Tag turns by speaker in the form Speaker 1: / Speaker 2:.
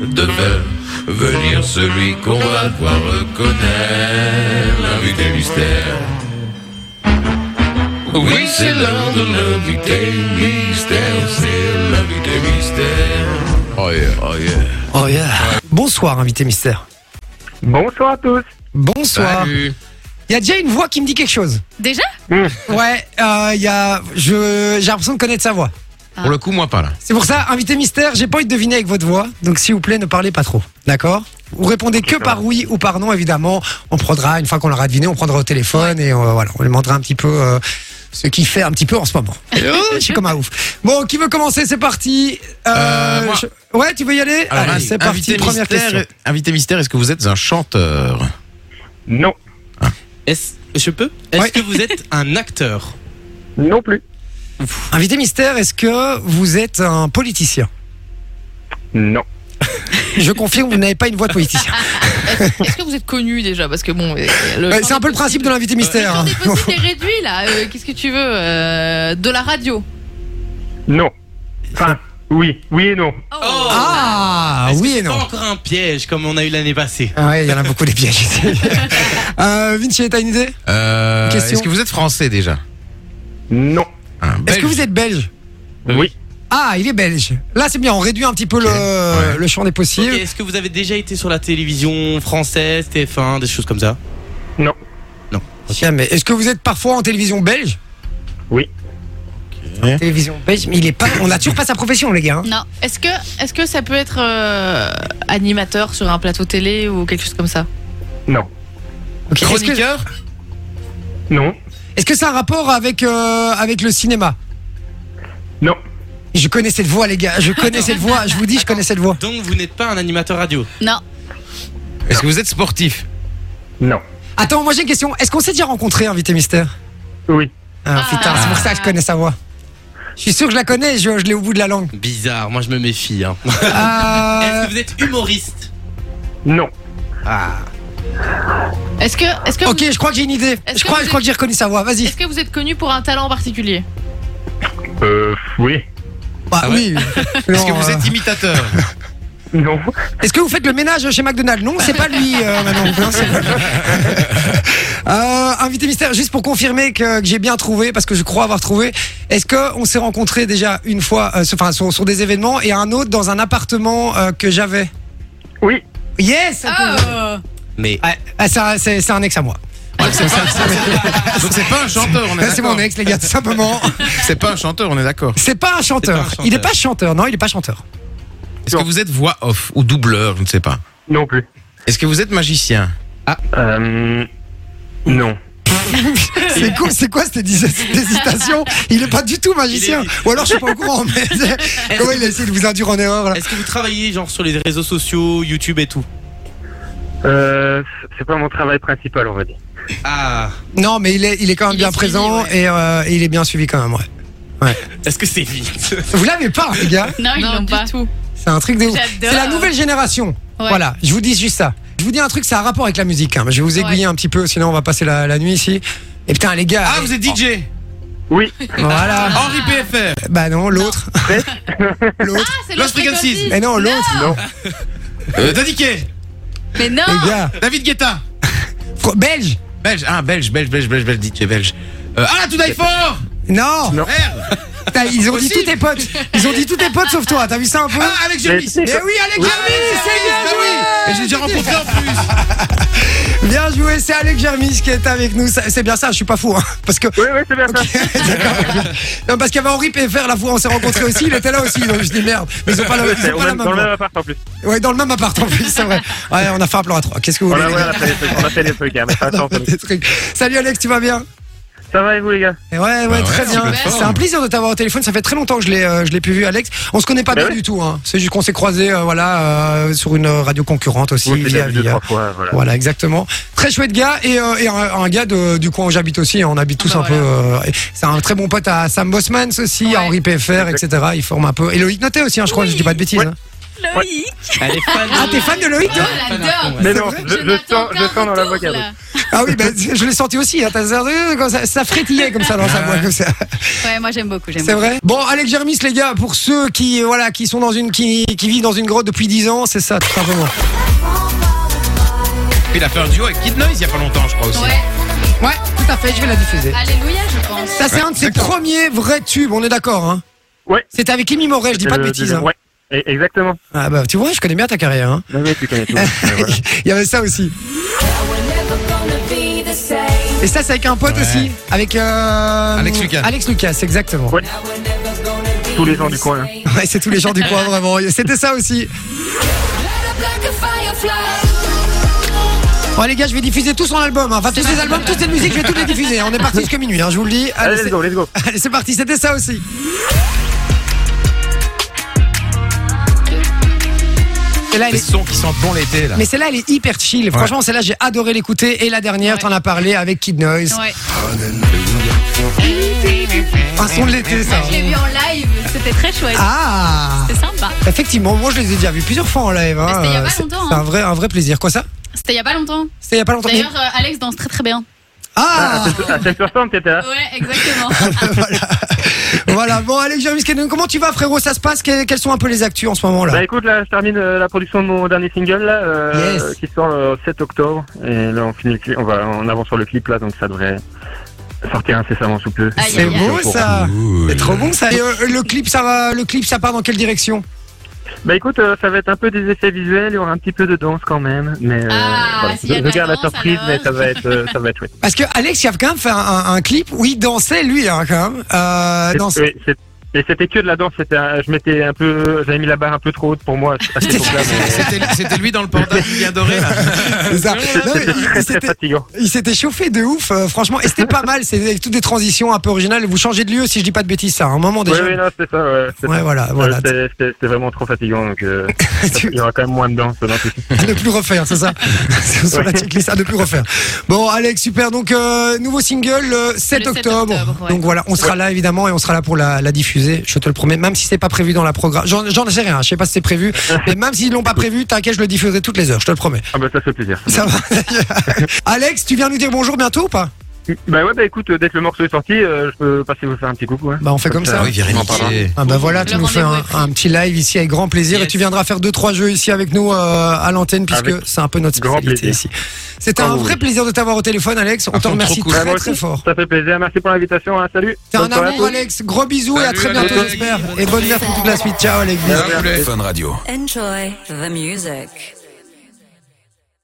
Speaker 1: de faire venir celui qu'on va devoir reconnaître, l'invité mystère. Oui, c'est l'un de l'invité mystère, c'est l'invité mystère. Oh yeah, oh yeah.
Speaker 2: Oh yeah. Bonsoir, invité mystère.
Speaker 3: Bonsoir à tous.
Speaker 2: Bonsoir.
Speaker 1: Salut.
Speaker 2: Il y a déjà une voix qui me dit quelque chose.
Speaker 4: Déjà
Speaker 2: Ouais, euh, il y a. Je, j'ai l'impression de connaître sa voix.
Speaker 1: Pour le coup, moi pas là.
Speaker 2: C'est pour ça, invité mystère, j'ai pas envie de deviner avec votre voix. Donc, s'il vous plaît, ne parlez pas trop. D'accord Vous répondez que par oui ou par non, évidemment. On prendra, une fois qu'on l'aura deviné, on prendra au téléphone et on, voilà, on lui demandera un petit peu euh, ce qu'il fait un petit peu en ce moment. Et, oh, je suis comme un ouf. Bon, qui veut commencer C'est parti. Euh,
Speaker 1: Euh, moi.
Speaker 2: je- Ouais, tu veux y aller
Speaker 1: Alors,
Speaker 2: Allez,
Speaker 1: vas-y,
Speaker 2: c'est parti.
Speaker 1: invité
Speaker 2: Première
Speaker 1: mystère,
Speaker 2: question.
Speaker 1: Invité mystère, est-ce que vous êtes un chanteur
Speaker 3: Non,
Speaker 5: Est-ce je peux Est-ce
Speaker 2: Ouais.
Speaker 5: que vous êtes un acteur
Speaker 3: non plus.
Speaker 2: Invité mystère, est-ce que vous êtes un politicien
Speaker 3: Non,
Speaker 2: Je confirme, vous n'avez pas une voix de politicien.
Speaker 4: Est-ce est-ce que vous êtes connu déjà Parce que bon, euh, le
Speaker 2: Ouais,
Speaker 4: champ
Speaker 2: Bah, C'est un peu
Speaker 4: des
Speaker 2: le principe de
Speaker 4: possibles-
Speaker 2: l'invité mystère.
Speaker 4: Le
Speaker 2: hein.
Speaker 4: champ des possibles est réduit là. Euh, Qu'est-ce que tu veux Euh, De la radio.
Speaker 3: non. Enfin, oui, oui et non.
Speaker 5: Oh.
Speaker 2: Ah,
Speaker 5: Est-ce que
Speaker 2: oui et
Speaker 5: c'est pas
Speaker 2: non.
Speaker 5: Encore un piège comme on a eu l'année passée.
Speaker 2: Ah ouais, il y en a beaucoup des pièges ici. euh, Vinci, t'as une idée
Speaker 1: Euh,
Speaker 2: Question.
Speaker 1: Est-ce que vous êtes français déjà
Speaker 3: Non,
Speaker 1: Un
Speaker 2: Est-ce
Speaker 1: Belge
Speaker 2: que vous êtes belge
Speaker 3: oui,
Speaker 2: Ah, il est belge. Là, c'est bien, on réduit un petit peu le,
Speaker 1: ouais.
Speaker 2: le champ des
Speaker 5: Ok,
Speaker 2: possibles.
Speaker 5: Est-ce que vous avez déjà été sur la télévision française, TF1, des choses comme ça
Speaker 3: non,
Speaker 2: Tiens, mais est-ce que vous êtes parfois en télévision belge
Speaker 3: oui,
Speaker 2: Télévision belge, mais il est pas. On n'a toujours pas sa profession, les gars. hein.
Speaker 4: Non. Est-ce que, est-ce que ça peut être euh, animateur sur un plateau télé ou quelque chose comme ça
Speaker 3: non,
Speaker 2: Ok, Est-ce que
Speaker 1: Chroniqueur
Speaker 3: non,
Speaker 2: est-ce que c'est un rapport avec euh, avec le cinéma
Speaker 3: non,
Speaker 2: Je connais cette voix, les gars. Je connais cette voix. Je vous dis, je connais cette voix.
Speaker 5: Donc vous n'êtes pas un animateur radio.
Speaker 4: Non.
Speaker 1: Est-ce que vous êtes sportif
Speaker 3: non,
Speaker 2: Attends, moi j'ai une question. Est-ce qu'on s'est déjà rencontré, invité mystère
Speaker 3: oui,
Speaker 2: Ah,
Speaker 4: Ah.
Speaker 2: putain, c'est pour ça que je connais sa voix. Je suis sûr que je la connais. Je, je l'ai au bout de la langue.
Speaker 5: Bizarre, moi je me méfie. hein.
Speaker 2: Euh,
Speaker 1: Ah.
Speaker 5: Est-ce que vous êtes humoriste
Speaker 3: non,
Speaker 4: Est-ce que, est-ce que,
Speaker 2: Euh, Ok,
Speaker 4: vous,
Speaker 2: je crois que j'ai une idée.
Speaker 4: Est-ce
Speaker 2: Je
Speaker 4: que
Speaker 2: crois,
Speaker 4: vous
Speaker 2: je crois que j'ai reconnu sa voix. Vas-y.
Speaker 4: est-ce que vous êtes connu pour un talent particulier
Speaker 3: euh, oui,
Speaker 2: Bah,
Speaker 1: Ah ouais.
Speaker 2: oui.
Speaker 1: Est-ce que
Speaker 2: Non,
Speaker 1: vous
Speaker 2: euh,
Speaker 1: êtes imitateur
Speaker 3: non,
Speaker 2: Est-ce que vous faites le ménage chez McDonald's Non, c'est pas lui, euh, Manon. Non, c'est pas lui. Euh, invité mystère, juste pour confirmer que, que j'ai bien trouvé, parce que je crois avoir trouvé. Est-ce que on s'est rencontrés déjà une fois, euh, sur- enfin sur, sur des événements et un autre dans un appartement euh, que j'avais
Speaker 3: oui,
Speaker 2: Yes.
Speaker 1: Oh.
Speaker 4: Ah,
Speaker 5: Mais
Speaker 2: Ouais, ah, c'est un- c'est c'est un ex à moi.
Speaker 1: Donc c'est pas un chanteur, on est
Speaker 2: Ouais, C'est
Speaker 1: d'accord.
Speaker 2: mon ex, les gars, tout simplement.
Speaker 1: C'est pas un chanteur, on est d'accord.
Speaker 2: C'est pas un chanteur.
Speaker 5: chanteur.
Speaker 2: Il est pas chanteur, non, il est pas chanteur.
Speaker 1: Est-ce que
Speaker 3: Non.
Speaker 1: vous êtes voix off ou doubleur, je ne sais pas.
Speaker 3: non plus.
Speaker 1: Est-ce que vous êtes magicien
Speaker 3: Euh, non,
Speaker 2: C'est quoi, c'est quoi cette hés- cette hésitation Il est pas du tout magicien.
Speaker 5: Il est-
Speaker 2: Ou alors je suis pas au courant. Mais c'est- comment il a essayé de vous induire en erreur là
Speaker 5: est-ce que vous travaillez genre sur les réseaux sociaux, YouTube et tout
Speaker 3: euh, c'est pas mon travail principal, on va dire.
Speaker 5: Ah,
Speaker 2: Non, mais il est, il est quand même
Speaker 4: Il
Speaker 2: bien
Speaker 4: est suivi,
Speaker 2: présent
Speaker 4: ouais.
Speaker 2: et, euh, et il est bien suivi quand même. Ouais.
Speaker 5: est-ce que c'est vite
Speaker 2: Vous l'avez pas, les gars.
Speaker 4: non, ils
Speaker 6: Non,
Speaker 4: l'ont
Speaker 6: du
Speaker 4: pas. Tout.
Speaker 2: C'est un truc de ouf.
Speaker 4: J'adore.
Speaker 2: C'est la nouvelle génération.
Speaker 4: Ouais.
Speaker 2: Voilà, je vous dis juste ça. Je vous dis un truc, ça a rapport avec la musique. hein. Je vais vous aiguiller un petit peu, sinon on va passer la, la nuit ici. Et putain, les gars.
Speaker 1: Ah, vous êtes DJ
Speaker 3: Oui,
Speaker 2: Voilà.
Speaker 1: Henri PFR
Speaker 2: Bah non, l'autre.
Speaker 4: Ah,
Speaker 2: l'autre.
Speaker 4: c'est
Speaker 1: Lost
Speaker 4: Lost
Speaker 1: Frequencies.
Speaker 4: Frequencies.
Speaker 2: Mais non, l'autre.
Speaker 1: euh, Dadiké
Speaker 4: Mais non.
Speaker 2: Les gars.
Speaker 1: David Guetta
Speaker 2: Fr- Eh Belge.
Speaker 1: Belge, ah, belge, belge, belge, belge, belge, DJ belge. Euh, ah, tout Die fort
Speaker 2: Non.
Speaker 1: Merde
Speaker 2: Putain, Ils ont dit tous
Speaker 1: Possible.
Speaker 2: tes potes. Ils ont dit tous tes potes sauf toi. T'as vu ça un peu
Speaker 1: Ah, Alex
Speaker 3: Mais-
Speaker 1: Jomis
Speaker 2: Eh oui, Alex Germis, c'est bien
Speaker 1: Ah
Speaker 2: joué
Speaker 1: oui Et je l'ai déjà rencontré en plus
Speaker 2: Bien joué, c'est Alex Germis qui est avec nous. Ça- C'est bien ça, je suis pas fou. hein. parce que.
Speaker 3: oui, oui, c'est bien ça.
Speaker 2: D'accord. non, parce qu'il y avait Henri PFR la fois où on s'est rencontrés aussi, il était là aussi, donc je dis merde. Mais ils ont pas, le, ils
Speaker 3: C'est
Speaker 2: ont
Speaker 3: au
Speaker 2: pas la
Speaker 3: même-
Speaker 2: même
Speaker 3: dans le même
Speaker 2: voix.
Speaker 3: appart en plus.
Speaker 2: Ouais, dans le même appart en plus, c'est vrai. Ouais, on a fait un plan à trois. Qu'est-ce que vous
Speaker 3: Voilà,
Speaker 2: voulez
Speaker 3: voilà, on a fait des trucs, on a fait des trucs, hein, mais ça,
Speaker 2: les gars
Speaker 3: attends,
Speaker 2: On a fait des trucs. Salut Alex, tu vas bien
Speaker 3: ça va et vous les gars
Speaker 2: Et Ouais, ouais,
Speaker 3: Bah
Speaker 1: ouais,
Speaker 2: très
Speaker 1: tu
Speaker 2: bien.
Speaker 1: peux faire.
Speaker 2: C'est un plaisir de t'avoir au téléphone. Ça fait très longtemps que je l'ai, euh, je l'ai plus vu, Alex. On se connaît pas
Speaker 3: Bah
Speaker 2: bien
Speaker 3: ouais.
Speaker 2: du tout. Hein. C'est juste qu'on s'est croisé, voilà, euh, sur une euh, radio concurrente aussi.
Speaker 3: Oui,
Speaker 2: via-
Speaker 3: c'est deux,
Speaker 2: via.
Speaker 3: trois fois, voilà.
Speaker 2: Voilà, exactement. Très chouette gars et, euh, et un, un gars de- du coin où j'habite aussi. hein. On habite tous
Speaker 4: bah
Speaker 2: un peu. euh, et c'est un très bon pote à Sam Bosman aussi, à
Speaker 4: Ouais.
Speaker 2: Henri PFR, etc. Ils forment un peu. Et Loïc Noté aussi, hein, je crois, je dis pas de bêtises.
Speaker 3: Ouais.
Speaker 2: hein.
Speaker 4: Loïc.
Speaker 5: Elle est fan de-
Speaker 2: Ah, t'es fan de Loïc, toi
Speaker 5: Ouais, fan
Speaker 4: Elle adore.
Speaker 5: à fond, ouais.
Speaker 3: Mais
Speaker 2: C'est
Speaker 3: non,
Speaker 2: vrai
Speaker 3: je, je sens, je sens dans la voix Carlos.
Speaker 4: là.
Speaker 2: Ah oui, ben, je l'ai senti aussi. hein, t'as- quand ça, ça frétillait comme ça dans sa voix, comme ça.
Speaker 6: Ouais, moi j'aime beaucoup. J'aime
Speaker 2: C'est
Speaker 6: beaucoup.
Speaker 2: vrai. Bon, Alex Germis, les gars, pour ceux qui voilà, qui sont dans une, qui, qui vivent dans une grotte depuis 10 ans, c'est ça, tout simplement.
Speaker 1: Il a fait un duo avec Kid Noise il y a pas longtemps, je crois aussi.
Speaker 6: Ouais.
Speaker 2: Ouais, tout à fait. Je vais la diffuser.
Speaker 6: Alléluia, je pense.
Speaker 2: Ça, c'est un de ses premiers vrais tubes. On est d'accord, hein
Speaker 3: Ouais.
Speaker 2: C'était avec Amy Moret, je dis pas de
Speaker 3: Euh,
Speaker 2: bêtises. hein.
Speaker 3: Ouais, e- exactement.
Speaker 2: Ah bah, tu vois, je connais bien ta carrière. Hein.
Speaker 3: Non, mais tu connais tout.
Speaker 2: Il y avait ça aussi. Et ça, c'est avec un pote
Speaker 1: Ouais.
Speaker 2: aussi, avec euh,
Speaker 1: Alex Lucas.
Speaker 2: Alex Lucas, exactement.
Speaker 3: Ouais. Tous les gens du coin. hein.
Speaker 2: Ouais, c'est tous les gens du coin, vraiment. C'était ça aussi. Bon, les gars, je vais diffuser tout son album. hein. Enfin, tous ses albums, toutes ses musiques, je vais toutes les diffuser. hein. On est parti jusque minuit, hein, je vous le dis. Allez,
Speaker 3: Allez, let's
Speaker 2: c'est-
Speaker 3: go, let's go.
Speaker 2: Allez, c'est parti, c'était ça aussi. Et là, elle
Speaker 1: Les
Speaker 2: est-
Speaker 1: sons qui sentent bon l'été, là.
Speaker 2: Mais celle-là, elle est hyper chill. Franchement, celle-là, j'ai adoré l'écouter. Et la dernière,
Speaker 6: Ouais.
Speaker 2: t'en as parlé avec Kid Noise.
Speaker 6: Ouais.
Speaker 2: Un son de l'été, ça. hein.
Speaker 6: Je l'ai vu en live, c'était très chouette.
Speaker 2: Ah
Speaker 6: C'était sympa.
Speaker 2: Effectivement, moi, je les ai déjà vus plusieurs fois en live. hein.
Speaker 6: Mais c'était il y a pas
Speaker 2: C'est-
Speaker 6: longtemps,
Speaker 2: C'est
Speaker 6: hein.
Speaker 2: un vrai, un vrai plaisir. Quoi ça
Speaker 6: C'était il y a pas longtemps.
Speaker 2: C'était il y a pas longtemps. mais-
Speaker 6: D'ailleurs, euh, Alex danse très très bien.
Speaker 2: Ah
Speaker 3: À 7h60, t'étais là.
Speaker 6: Ouais, exactement.
Speaker 2: voilà. voilà. Bon, Alex Jarvis, comment tu vas, frérot Ça se passe Que- Quelles sont un peu les actus en ce moment
Speaker 3: Bah
Speaker 2: là
Speaker 3: écoute, là, je termine euh, la production de mon dernier single, là, euh,
Speaker 2: Yes.
Speaker 3: qui sort le 7 octobre. Et là, on finit le clip, on va en avant sur le clip, là, donc ça devrait sortir incessamment sous peu.
Speaker 6: Aïe,
Speaker 2: C'est
Speaker 6: aïe, aïe.
Speaker 2: beau ça. C'est trop bon ça. Et euh, le clip, ça va. Le clip, ça part dans quelle direction
Speaker 3: Bah écoute, euh, ça va être un peu des effets visuels, il y aura un petit peu de danse quand même, mais euh,
Speaker 6: Ah,
Speaker 3: voilà.
Speaker 6: s'il y a
Speaker 3: je,
Speaker 6: de la
Speaker 3: je garde la
Speaker 6: danse,
Speaker 3: surprise,
Speaker 6: alors.
Speaker 3: mais ça va être, euh, ça va être, oui.
Speaker 2: Parce que Alex, il a quand même fait un, un- un clip où il dansait lui, hein, quand même. Euh,
Speaker 3: C'est-
Speaker 2: dans-
Speaker 3: oui, c'est- et c'était que de la danse, c'était, un- je m'étais un peu, j'avais mis la barre un peu trop haute pour moi à cette époque-là, mais
Speaker 1: C'était- C'était lui dans le panda qui vient doré, là.
Speaker 2: c'est ça. Non, mais il- il
Speaker 3: c'était très
Speaker 2: s'était-
Speaker 3: fatigant.
Speaker 2: il s'était chauffé de ouf, euh, franchement. Et c'était pas mal. C'est avec toutes des transitions un peu originales. Vous changez de lieu, si je dis pas de bêtises, ça. Un moment
Speaker 3: Oui,
Speaker 2: déjà.
Speaker 3: oui, non, c'est ça, ouais. c'est
Speaker 2: ouais,
Speaker 3: ça.
Speaker 2: voilà,
Speaker 3: Euh,
Speaker 2: voilà.
Speaker 3: c'était- C'était c'était vraiment trop fatigant, donc euh,
Speaker 2: Tu-
Speaker 3: il y aura quand même moins de danse. dans tout ça.
Speaker 2: À ne plus refaire, c'est ça C'est Sur la
Speaker 3: Ouais.
Speaker 2: checklist, à ne plus refaire. Bon, Alex, super. Donc, euh, nouveau single le 7
Speaker 6: Le 7
Speaker 2: octobre.
Speaker 6: octobre, ouais.
Speaker 2: Donc voilà, on sera là évidemment et on sera là pour la, la diffuser, je te le promets. Même si c'est pas prévu dans la programme. J'en j'en sais rien, je sais pas si c'est prévu. mais même s'ils l'ont pas prévu, t'inquiète, je le diffuserai toutes les heures, je te le promets.
Speaker 3: Ah bah ça fait plaisir.
Speaker 2: Ça va Alex, tu viens nous dire bonjour bientôt ou pas
Speaker 3: Bah ouais, bah écoute, euh, dès que le morceau est sorti, euh, je peux passer vous faire un petit coucou. Hein.
Speaker 2: Bah, on fait comme ça.
Speaker 1: Ah oui, viens
Speaker 3: On en parlera.
Speaker 1: initier.
Speaker 2: Ah bah voilà, tu
Speaker 6: Le
Speaker 2: nous fais
Speaker 6: rendez-vous
Speaker 2: un,
Speaker 6: est pris.
Speaker 2: un petit live ici avec grand plaisir
Speaker 5: Yes.
Speaker 2: et tu viendras faire deux trois jeux ici avec nous euh, à l'antenne puisque
Speaker 3: Avec
Speaker 2: c'est un peu notre
Speaker 3: grand
Speaker 2: spécialité
Speaker 3: plaisir.
Speaker 2: ici. C'était
Speaker 3: Quand
Speaker 2: un
Speaker 3: vous
Speaker 2: vrai
Speaker 3: voulez.
Speaker 2: plaisir de t'avoir au téléphone Alex, on
Speaker 1: Un
Speaker 2: te
Speaker 1: son
Speaker 2: remercie
Speaker 1: trop cool.
Speaker 2: très
Speaker 3: Ouais, Bah, moi
Speaker 2: très
Speaker 3: aussi.
Speaker 2: fort.
Speaker 3: Ça fait plaisir, merci pour l'invitation, hein, salut.
Speaker 2: T'es un
Speaker 3: Bonne soirée à
Speaker 2: amour
Speaker 3: tous.
Speaker 2: Alex, gros bisous et à
Speaker 1: Salut,
Speaker 2: très bientôt
Speaker 1: Alex.
Speaker 2: j'espère. Et bonne nuit pour toute la suite, ciao Alex.
Speaker 1: Bien, Fun Radio.
Speaker 7: Enjoy the music.